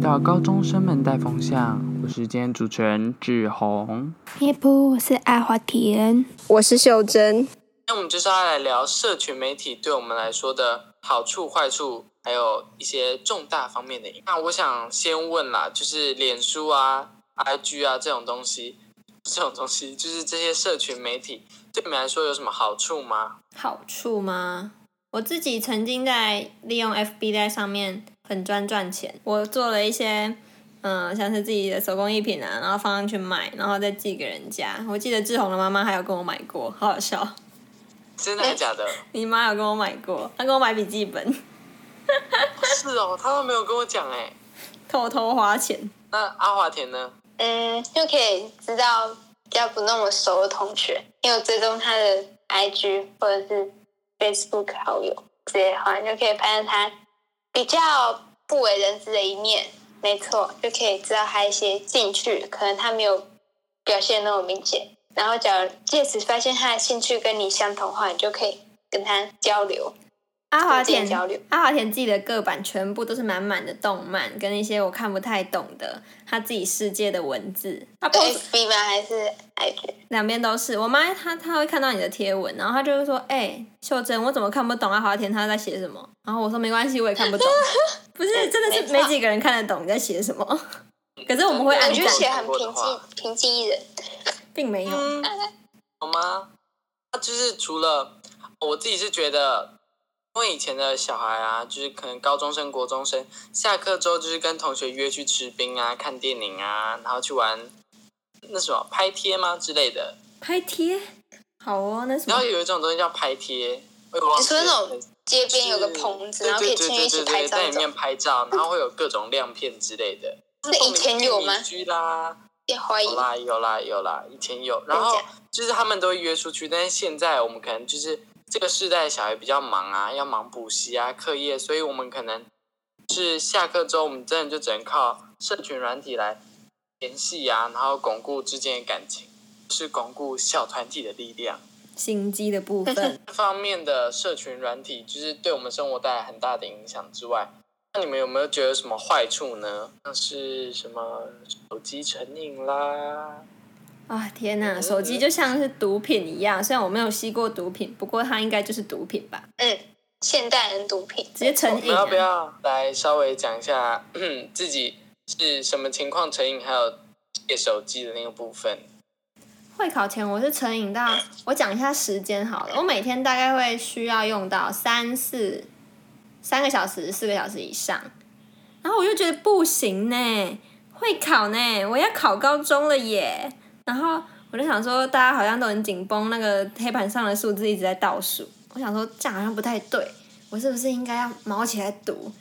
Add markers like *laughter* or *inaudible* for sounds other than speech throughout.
到高中生们带风向，我是今天主持人志宏。耶不，我是爱华田。我是秀珍。那我们就是要来聊社群媒体对我们来说的好处、坏处，还有一些重大方面的影响。那我想先问啦，就是脸书啊、IG 啊这种东西， *laughs* 这种东西就是这些社群媒体对你们来说有什么好处吗？好处吗？我自己曾经在利用 FB 在上面很赚赚钱，我做了一些。嗯，像是自己的手工艺品啊，然后放上去卖，然后再寄给人家。我记得志宏的妈妈还有跟我买过，好好笑。真的还假的？哦你妈有跟我买过，她跟我买笔记本，是哦，他都没有跟我讲哎。偷偷花钱。那阿华田呢？嗯，就可以知道比较不那么熟的同学，因为我追踪他的 IG 或者是 Facebook 好友之类的话，就可以发现他比较不为人知的一面。没错，就可以知道他一些兴趣，可能他没有表现得那么明显。然后，假如借此发现他的兴趣跟你相同的话，你就可以跟他交流。阿华多田见交流，阿华田自己的个版全部都是满满的动漫跟一些我看不太懂的他自己世界的文字。他对哎 post FB 吗？还是 IG？两边都是。我妈她她会看到你的贴文，然后她就会说：“哎、秀珍，我怎么看不懂阿华田他在写什么？”然后我说：“没关系，我也看不懂。”不是，真的没是错没几个人看得懂你在写什么。可是我们会我哎按觉赞得，写得很我平看过静的，平静一人。并没有。嗯，好吗？那就是除了哦我自己是觉得，因为以前的小孩啊，就是可能高中生、国中生，下课之后就是跟同学约去吃冰啊、看电影啊，然后去玩那什么拍贴吗之类的。拍贴，好哦，那什然么后有一种东西叫拍贴，我也忘你记说了那种街边有个就是棚子，对然后可以对进对去对一对起拍对，照在那里面种。拍照，然后会有各种亮片之类的。那以前有吗居啦，也怀疑有啦有啦有啦，以前有，然后就是他们都会约出去，但是现在我们可能就是这个世代的小孩比较忙啊，要忙补习啊、课业，所以我们可能是下课之后，我们真的就只能靠社群软体来联系啊，然后巩固之间的感情，是巩固小团体的力量。，心机的部分这方面的社群软体，就是对我们生活带来很大的影响之外，那你们有没有觉得有什么坏处呢？像是什么手机成瘾啦，啊天哪！手机就像是毒品一样，虽然我没有吸过毒品，不过它应该就是毒品吧，嗯，现代人毒品直接成我瘾、们要不啊。要来稍微讲一下 *clears throat* 自己是什么情况成瘾，还有戒手机的那个部分？会考前我是成瘾到，我讲一下时间好了，我每天大概会需要用到三四三个小时、四个小时以上，然后我就觉得不行呢，会考呢，我要考高中了耶，然后我就想说，大家好像都很紧绷，那个黑板上的数字一直在倒数，我想说这样好像不太对，我是不是应该要毛起来读？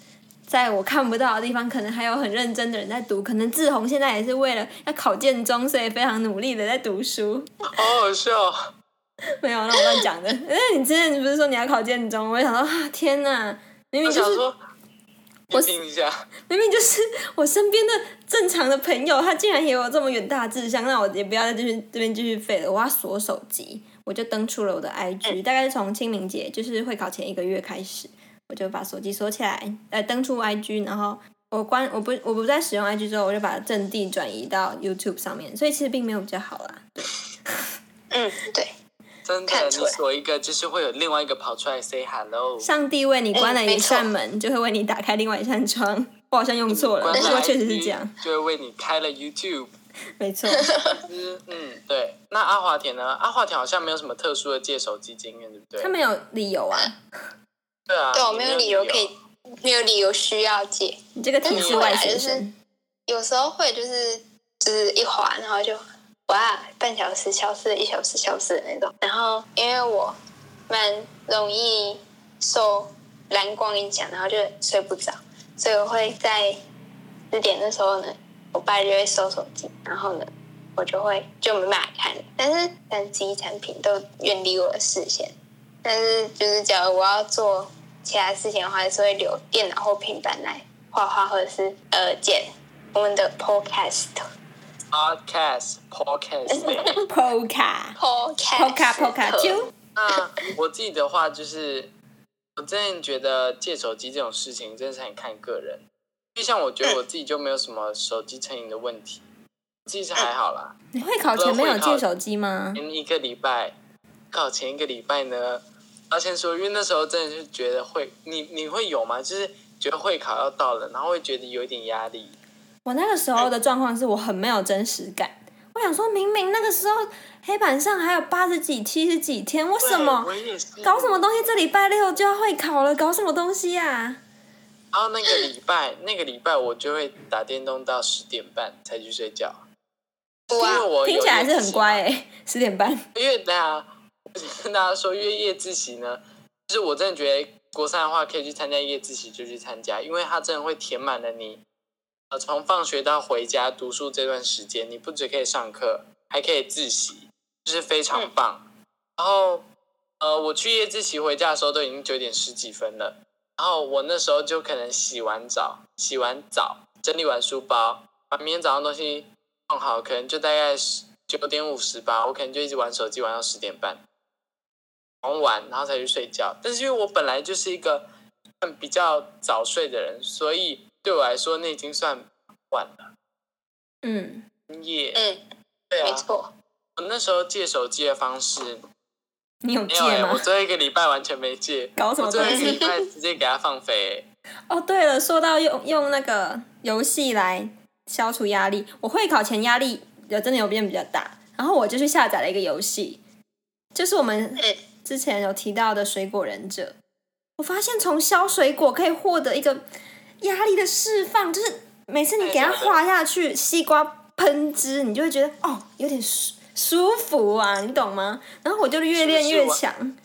在我看不到的地方，可能还有很认真的人在读，可能志宏现在也是为了要考建中，所以非常努力的在读书。 *laughs* 哦好好笑， *laughs* 没有，那我乱讲的。 *laughs* 因为你之前不是说你要考建中，我就想说，啊，天哪，明我明就想是说，我批评一下。明明就是我身边的正常的朋友，他竟然也有这么远大的志向，那我也不要在这边这边继续废了，我要锁手机，我就登出了我的嗯 IG，大概是从清明节，就是会考前一个月开始，我就把手机锁起来，呃，登出 IG，然后我关我不我不再使用 IG 之后，我就把阵地转移到 YouTube 上面，所以其实并没有比较好啦。嗯，对，真的，看你出来锁一个，就是会有另外一个跑出来 say hello。上帝为你关了嗯一没错扇门，就会为你打开另外一扇窗。 *laughs* 我好像用错了，关不了过确实是 IG 这样，，就会为你开了 YouTube。没 *laughs* 错。嗯嗯，对。那阿华田呢？阿华田好像没有什么特殊的借手机经验，对不对？他没有理由啊，对啊，对我你没没有理由由可以，没有理由需要借。你这个体制外学但是后来生。有时候会就是就是一滑，然后就哇，半小时消失了，一小时消失了那种。然后因为我蛮容易受蓝光影响，然后就睡不着，所以我会在十点的时候呢，我爸就会收手机，然后呢，我就会就没办法看。但是三 C 产品都远离我的视线，但是就是假如我要做其他事情的话，还是会留电脑或平板来画画，或者是呃剪我们的 podcast podcast *laughs* podcast。 Poka podcast 哎 Poka Poka 啾，那嗯我自己的话就是，我真的觉得借手机这种事情真的是很看个人。为像我觉得我自己就没有什么手机成瘾的问题，其实还好啦。你会考前没有借手机吗？前一个礼拜，考前一个礼拜呢，要先说，因为那时候真的是觉得会，你你会有吗？就是觉得会考要到了，然后会觉得有一点压力。我那个时候的状况是我很没有真实感。我想说明明那个时候黑板上还有八十几、七十几天，为什么对我也是搞什么东西？这礼拜六就要会考了，搞什么东西啊？然后那个礼拜，那个礼拜我就会打电动到十点半才去睡觉，不因为啊，我有听起来还是夜自很习乖诶、十点半。因为大家我想跟大家说，因为夜自习呢，就是我真的觉得国三的话可以去参加夜自习就去参加，因为它真的会填满了你，呃，从放学到回家读书这段时间，你不只可以上课，还可以自习，就是非常棒。然后，呃，我去夜自习回家的时候都已经九点十几分了，然后我那时候就可能洗完澡、洗完澡、整理完书包，把明天早上东西弄好，可能就大概是九点五十吧，我可能就一直玩手机玩到十点半，玩完然后才去睡觉。但是因为我本来就是一个嗯比较早睡的人，所以对我来说那已经算晚了。嗯，夜、嗯，对没啊，错，我那时候借手机的方式你有没借有、欸，吗我？最后一个礼拜完全没借，搞什我么最东后一个礼西？拜直接给他放飞、欸哦，对了，说到用用那个游戏来消除压力，我会考前压力有真的有变比较大，然后我就去下载了一个游戏，就是我们嗯之前有提到的《水果忍者》，我发现从削水果可以获得一个压力的释放，就是每次你给它太爽了画下去，西瓜喷汁，你就会觉得哦，有点舒舒服啊，你懂吗？然后我就越练是越不是强，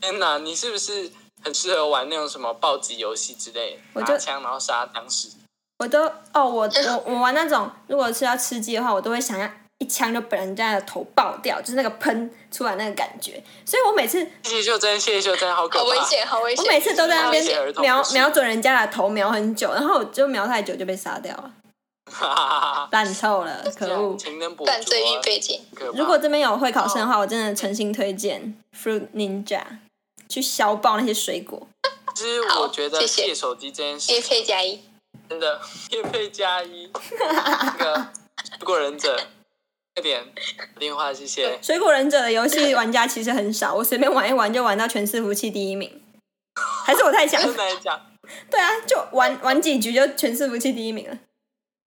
天哪，你是不是很适合玩那种什么暴击游戏之类的？我就拿枪然后杀当事人。我都哦，我我我玩那种，如果是要吃鸡的话，我都会想要一枪就把人家的头爆掉，就是那个喷出来那个感觉。所以我每次谢秀珍，谢秀珍，好可好怕！危 *laughs* 险，好危我险。每次都在那边一些儿童瞄游戏瞄准人家的头瞄很久，然后我就瞄太久就被杀掉了，哈哈哈哈！烂透了，可恶！情人捕捉犯罪预备金，啊可怕如果这边有会考生的话，我真的诚心推荐 Fruit Ninja 去削爆那些水果。其实好我觉得谢谢借手机这件也事可以加一。真的也配加一。那个如果忍者，快点打电话，谢谢。 *laughs* 水果忍者的游戏玩家其实很少，我随便玩一玩就玩到全伺服器第一名，还是我太强？真的来讲，对啊，就玩玩几局就全伺服器第一名了。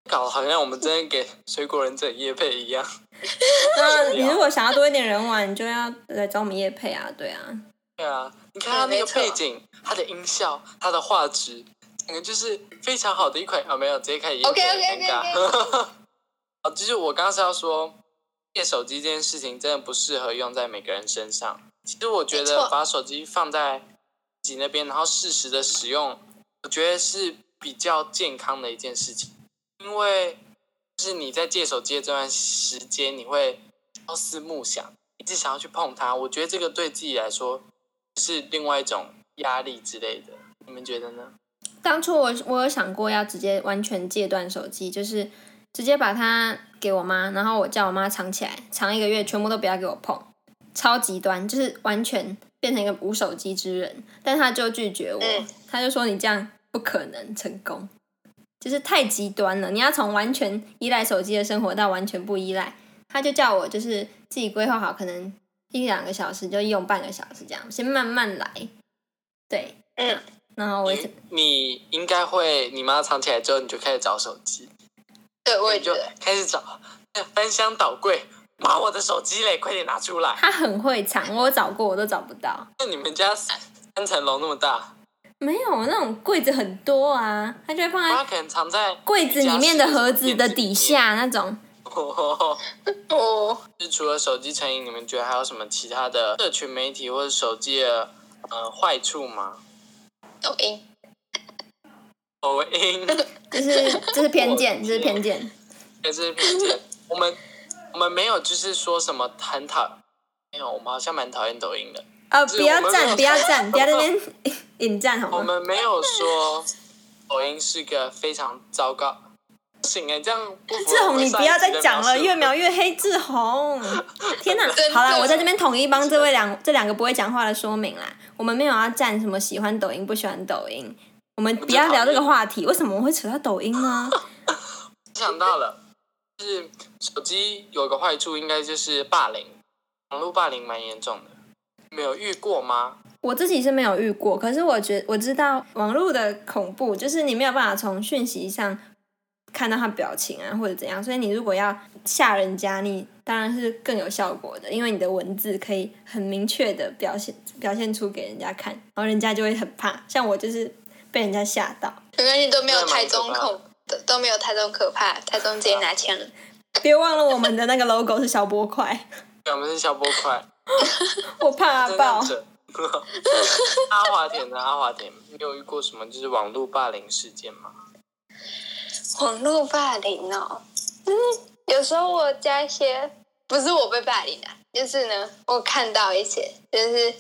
搞得好像我们真的给水果忍者叶配一样。那你如果想要多一点人玩，你就要来找我们叶配啊，对啊，对啊，你看它那个背景、它的音效、它的画质，整个就是非常好的一款啊！没有，直接开始尴 OK，OK，OK，OK 尬。 *laughs* 哦，就是我刚刚是要说，借手机这件事情真的不适合用在每个人身上。其实我觉没错得把手机放在自己那边，然后适时的使用，我觉得是比较健康的一件事情，因为就是你在借手机的这段时间，你会朝思暮想，一直想要去碰它。我觉得这个对自己来说是另外一种压力之类的，你们觉得呢？当初我我有想过要直接完全戒断手机，就是直接把它给我妈，然后我叫我妈藏起来，藏一个月，全部都不要给我碰，超极端，就是完全变成一个无手机之人。但她就拒绝我嗯，她就说你这样不可能成功，就是太极端了。你要从完全依赖手机的生活到完全不依赖，她就叫我就是自己规划好，可能一两个小时就用半个小时这样，先慢慢来。对，嗯，然后我也是。你你应该会，你妈藏起来之后，你就开始找手机。对，我也你觉就得。开始找翻箱倒柜，妈，我的手机嘞，快点拿出来！他很会藏，我有找过，我都找不到。那你们家三层楼那么大，没有那种柜子很多啊，他就会放妈在可能藏在柜子里面的盒子的底下那种。哦。哦，就是除了手机成瘾，你们觉得还有什么其他的社群媒体或者手机的呃坏处吗？抖音，抖音这是这是偏见，这是偏见。还是偏见？我们我们没有，就是说什么很讨，没有，我们好像蛮讨厌抖音的。呃，是不要站，我们不要站，不要在那边引战好我吗？们没有说抖音是个非常糟糕。不行哎、这样不符合志宏，你上不一要集再的讲描了，述越描越黑。志宏，天哪！真的好啦，我在这边统一帮这位两这两个不会讲话的说明啦，我们没有要站什么喜欢抖音不喜欢抖音，我们不要聊这个话题，为什么我会扯到抖音呢？想到了，就是手机有个坏处，应该就是霸凌，网络霸凌蛮严重的。没有遇过吗？我自己是没有遇过，可是我觉我知道网络的恐怖，就是你没有办法从讯息上看到他表情啊，或者怎样，所以你如果要吓人家，你当然是更有效果的，因为你的文字可以很明确的表现表现出给人家看，然后人家就会很怕。像我就是被人家吓到，没关系，都没有那蛮台中可怕啊恐，都都没有台中可怕，台中直接拿枪了。别忘了我们的那个 logo 是小波块，对，我们是小波 *laughs* 块，我怕侦爆探。者。 *laughs* 阿华田呢？阿华田，你有遇过什么就是网络霸凌事件吗？网络霸凌哦，就是有时候我加一些，不是我被霸凌的、就是呢，我看到一些，就是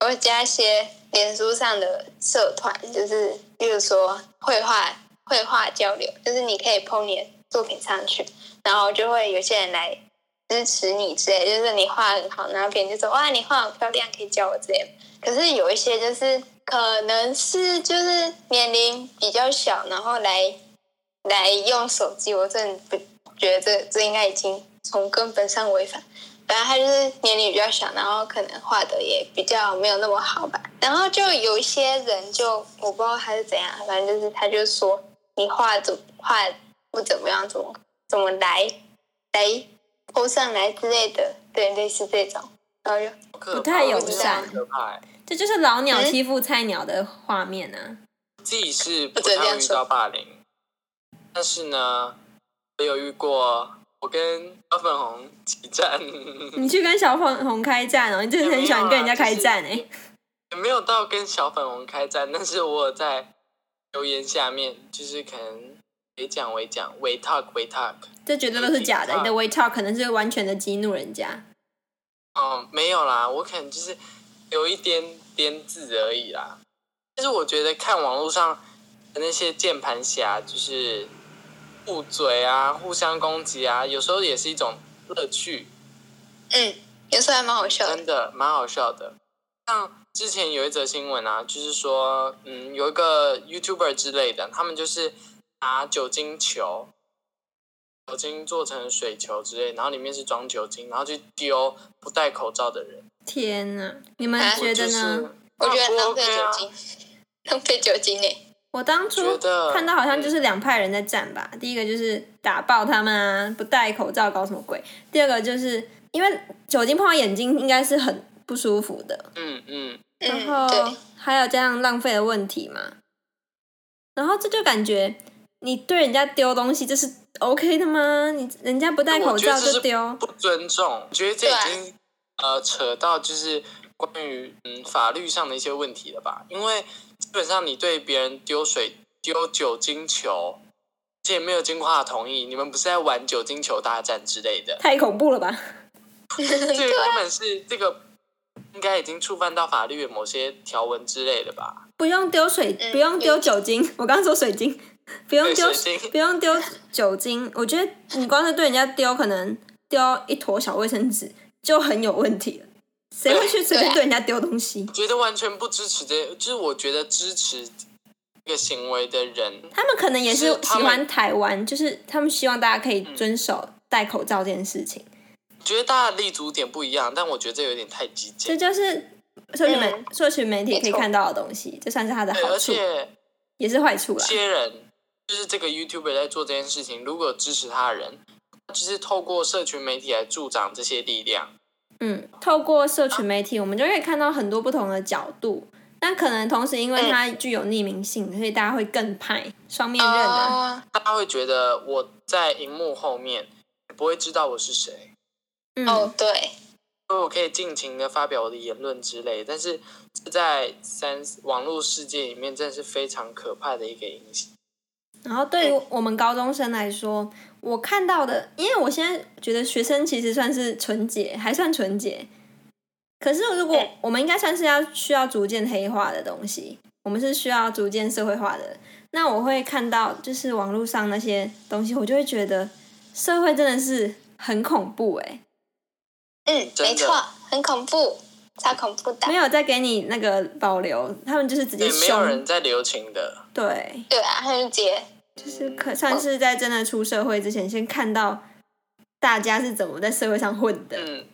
我会加一些脸书上的社团，就是比如说绘画绘画交流，就是你可以 PO 你的作品上去，然后就会有些人来支持你之类，就是你画得很好，然后别人就说哇你画得很漂亮，可以教我之类的。可是有一些就是可能是就是年龄比较小，然后来来用手机，我真的不觉得这这应该已经从根本上违反。反正他就是年龄比较小，然后可能画的也比较没有那么好吧。然后就有一些人就我不知道他是怎样，反正就是他就说你画怎画不怎么样，怎么怎么来来泼上来之类的，对，类似这种。然后就好可怕不太友我觉得善很可怕欸。这就是老鸟嗯欺负菜鸟的画面啊！自己是不不准这太会样遇说到霸凌，但是呢，我有遇过，我跟小粉红起战，你去跟小粉红开战哦，你真的 *laughs* 很喜欢跟人家开嗯战哎、啊也没有到跟小粉红开战，但是我有在留言下面就是可能伪讲伪讲伪 talk 伪 talk，这绝对都是假的。嗯你的微笑可能是完全的激怒人家，嗯，没有啦，我可能就是有一点点字而已啦。但是我觉得看网络上的那些键盘侠，就是互嘴啊、互相攻击啊，有时候也是一种乐趣，嗯，有时候还蛮好笑的。真的蛮好笑的。像之前有一则新闻啊，就是说，嗯，有一个 YouTuber 之类的，他们就是拿酒精球，酒精做成水球之类，然后里面是装酒精，然后去丢不戴口罩的人。天哪！你们啊觉得呢？我哎我觉就是得那浪不费 OK 酒啊精，浪费酒精哎呢、我当初觉得嗯看到好像就是两派人在战吧。第一个就是打爆他们啊，不戴口罩搞什么鬼？第二个就是因为酒精碰到眼睛应该是很不舒服的，嗯嗯，嗯，然对后，还有这样浪费的问题嘛。然后这就感觉你对人家丢东西这是 OK 的吗？你人家不戴口我觉罩得这就是丢，不尊重，我觉得这已对经呃扯到就是关于嗯法律上的一些问题了吧？因为基本上你对别人丢水、丢酒精球，这也没有经过他的同意，你们不是在玩酒精球大战之类的，太恐怖了吧？ *laughs* 这个 *laughs* 根本是这个应该已经触犯到法律的某些条文之类的吧？不用丢水，嗯不用丢酒精，我刚刚说水晶，不用丢对水晶不用丢酒精。我觉得你光是对人家丢，可能丢一坨小卫生纸就很有问题了。谁会去随便对人家丢东西？觉得完全不支持这，就是我觉得支持这个行为的人他们可能也是是他喜们嗯欢台湾，就是他们希望大家可以遵守戴口罩这件事情。觉得大家的立足点不一样，但我觉得这有点太激这进。就是社群媒、嗯社群媒体可以没错看到的东西，这算是它的对，好而处，且也是坏处有啦。些人就是这个 YouTuber 在做这件事情，如果有支持他的人，就是透过社群媒体来助长这些力量。嗯，透过社群媒体，我们就可以看到很多不同的角度。但可能同时，因嗯为它具有匿名性，所以大家会更派双面刃啊。啊，他会觉得我在荧幕后面，你不会知道我是谁，嗯，哦，对，所以我可以尽情的发表我的言论之类。但是这在三网络世界里面，真的是非常可怕的一个影响。然后对于我们高中生来说，我看到的，因为我现在觉得学生其实算是纯洁，还算纯洁。可是如果嗯我们应该算是要需要逐渐黑化的东西，我们是需要逐渐社会化的。那我会看到就是网络上那些东西，我就会觉得社会真的是很恐怖哎、嗯，真的没错，很恐怖。超恐怖的没。有再给你那个保留，他们就是直接也没有人凶，在留情的，对，对啊，他就直接就是可算是在真的出社会之前，先看到大家是怎么在社会上混的，嗯，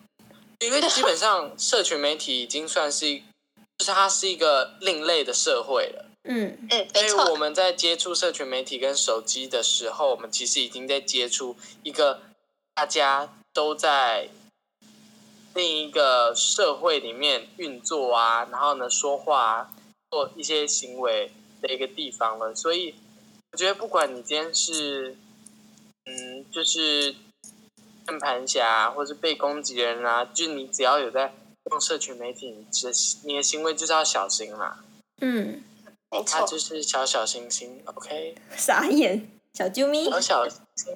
因为基本上社群媒体已经算是一，就是它是一个另类的社会了。嗯，嗯，所没以错我，们在接触社群媒体跟手机的时候，我们其实已经在接触一个大家都在另一个社会里面运作啊，然后呢说话、啊、做一些行为的一个地方了。所以我觉得，不管你今天是嗯，就是键盘侠，啊或是被攻击的人啊，就你只要有在用社群媒体，你的你的行为就是要小心啦、嗯，没他错，就是小小星星，OK， *laughs* 傻眼，小啾咪。小小星星，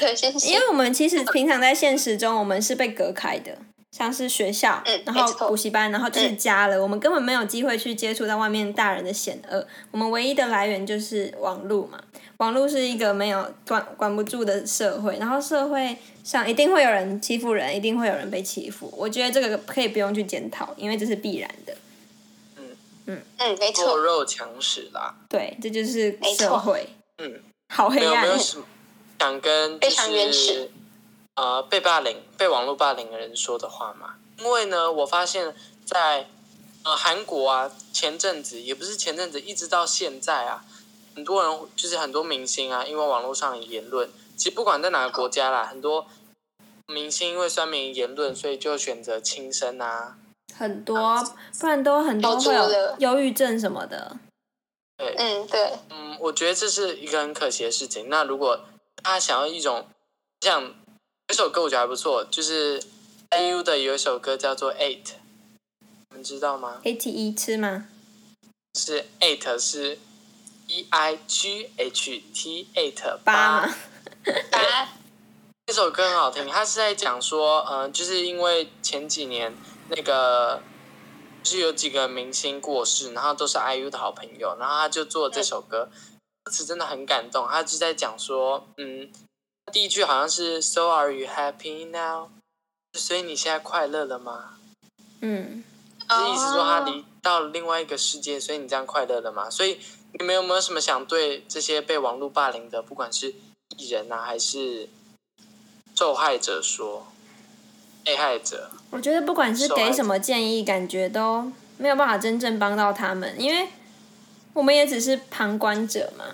有些因为我们其实平常在现实中，我们是被隔开的，像是学校，嗯然没后错嗯补习班，然后就是家了，我们根本没有机会去接触到外面大人的险恶。我们唯一的来源就是网络嘛，网络是一个没有管管不住的社会，然后社会上一定会有人欺负人，一定会有人被欺负。我觉得这个可以不用去检讨，因为这是必然的。 *laughs* 嗯，没弱错，肉强食啦。对，这就是没错社会。嗯，好没黑有没暗有。什么想跟就非常是原始呃被霸凌、被网络霸凌的人说的话嘛。因为呢，我发现在呃韩国啊，前阵子也不是前阵子，一直到现在啊，很多人就是很多明星啊，因为网络上的言论，其实不管在哪个国家啦，很多明星因为酸民言论，所以就选择轻生啊。很多，不然都很多保住会有了忧郁症什么的。对，嗯，对，嗯，我觉得这是一个很可惜的事情。那如果他想要一种像有一首歌，我觉得还不错，就是 IU 的有一首歌叫做《Eight》，你们知道吗？ A T E 吃吗？是 Eight 是 E I G H T Eight 八吗？八这首歌很好听，它是在讲说，嗯、就是因为前几年那个就是有几个明星过世，然后都是 IU 的好朋友，然后他就做了这首歌，歌词真的很感动。他就在讲说，嗯，第一句好像是 “So are you happy now？” 所以你现在快乐了吗？嗯，就是意思说哦他离到了另外一个世界，所以你这样快乐了吗？所以你们有没有什么想对这些被网络霸凌的，不管是艺人啊还是受害者说，被害者？我觉得不管是受害给者什么建议，感觉都没有办法真正帮到他们，因为我们也只是旁观者嘛。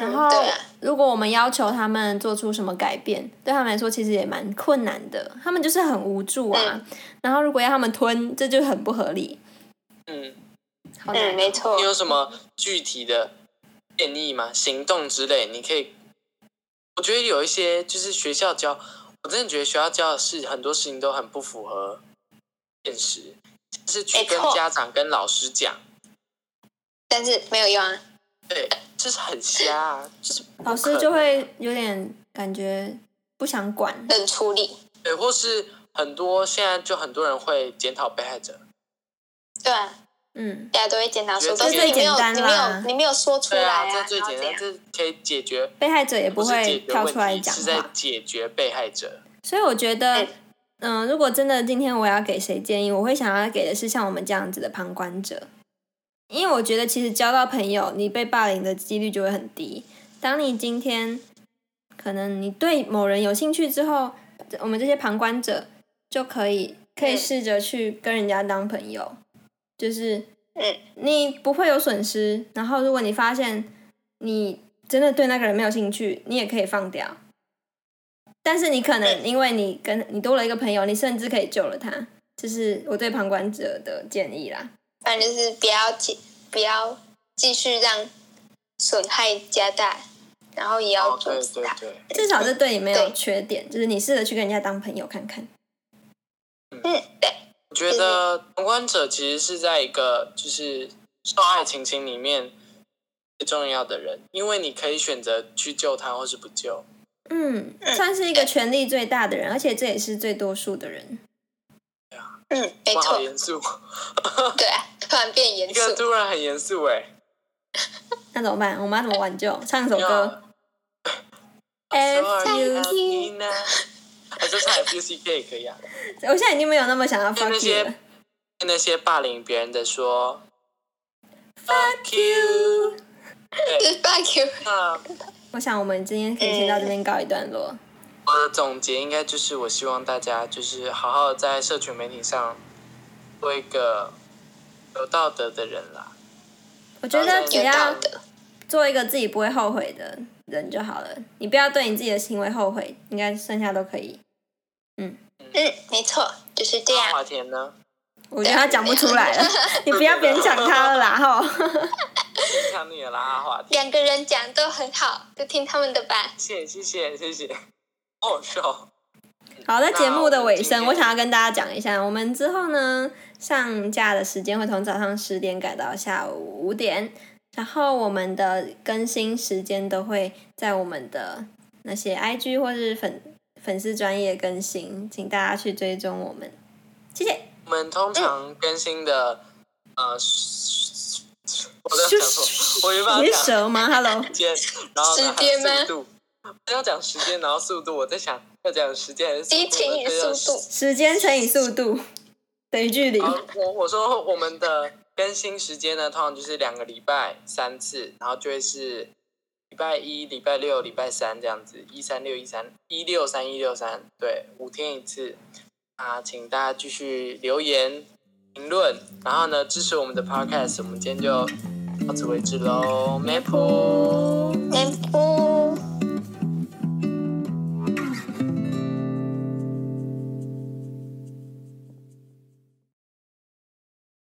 然后嗯，对啊，，如果我们要求他们做出什么改变，对他们来说其实也蛮困难的，他们就是很无助啊。然后如果要他们吞，这就很不合理。嗯，好难嗯，没错你，有什么具体的建议吗？行动之类，你可以。我觉得有一些就是学校教，我真的觉得学校教的是很多事情都很不符合现实，就是去没跟错家长、跟老师讲。但是没有用啊，对，这是很瞎、啊，就是不老可师能就会有点感觉不想管。冷处理，对，或是很多现在就很多人会检讨被害者，对啊，嗯，大家都会检讨说，这可是最你没有简单，你没啦有，你没有说出对来啊，然这后最简单，怎样这可以解决，被害者也不不是会解决跳出来问题，讲是在话。解决被害者。所以我觉得哎，嗯、如果真的今天我要给谁建议，我会想要给的是像我们这样子的旁观者，因为我觉得其实交到朋友，你被霸凌的几率就会很低。当你今天可能你对某人有兴趣之后，我们这些旁观者就可以可以嗯试着去跟人家当朋友，就是嗯你不会有损失。然后如果你发现你真的对那个人没有兴趣，你也可以放掉。但是你可能嗯因为你跟你多了一个朋友，你甚至可以救了他。这是我对旁观者的建议啦。反正就是嗯不要继不要继续让损害加大，然后也要哦，阻对止对啊它。对，至少这对你没有对缺点，就是你试着去跟人家当朋友看看。嗯，对，我觉得旁观者其实是在一个就是受害情形里面最重要的人，因为你可以选择去救他或是不救。嗯，算是一个权力最大的人，而且这也是最多数的人。嗯，没哇，好错，严肃，对啊，突然变一严肃个，突然很严肃哎、那怎么办？我们要怎么挽救？唱一首没有歌。 So F are you U happy now？而就唱 FUCK 也可以啊。我现在已经没有那么想要那 fuck 些 you 了。那些霸凌别人的说 fuck you，对， *laughs* Fuck you！那我想我们今天可以先到这边告一段落。我的总结应该就是，我希望大家就是好好在社群媒体上做一个有道德的人啦。我觉得只有道要德，做一个自己不会后悔的人就好了，你不要对你自己的行为后悔，应该剩下都可以。嗯，没错，就是这那样。华田呢？ *laughs* 我觉得他讲不出来了， *laughs* 你不要勉强他了啦吼。听常你的啦，华田。两个人讲都很好，就听他们的吧。谢谢谢谢谢谢，好好笑。 *laughs* 好，在节目的尾声，那我我们今天想要跟大家讲一下，我们之后呢上架的时间会从早上十点改到下午五点，然后我们的更新时间都会在我们的那些 IG 或是粉粉丝专业更新，请大家去追踪我们，谢谢。我们通常更新的，呃，我在想什么？我没办你是法讲蛇吗？Hello，时间，然后呢时间还吗有速度。我要讲时间，然后速度。我在想要讲时间还是速激度？情与速度，时间乘以速度等于距离。好，我我说我们的更新时间呢，通常就是两个礼拜三次，然后就会是礼拜一、礼拜六、礼拜三这样子，一三六一三一六三一六三，对，五天一次。啊，请大家继续留言评论，然后呢支持我们的 podcast，我们今天就到此为止喽，Maple。南波。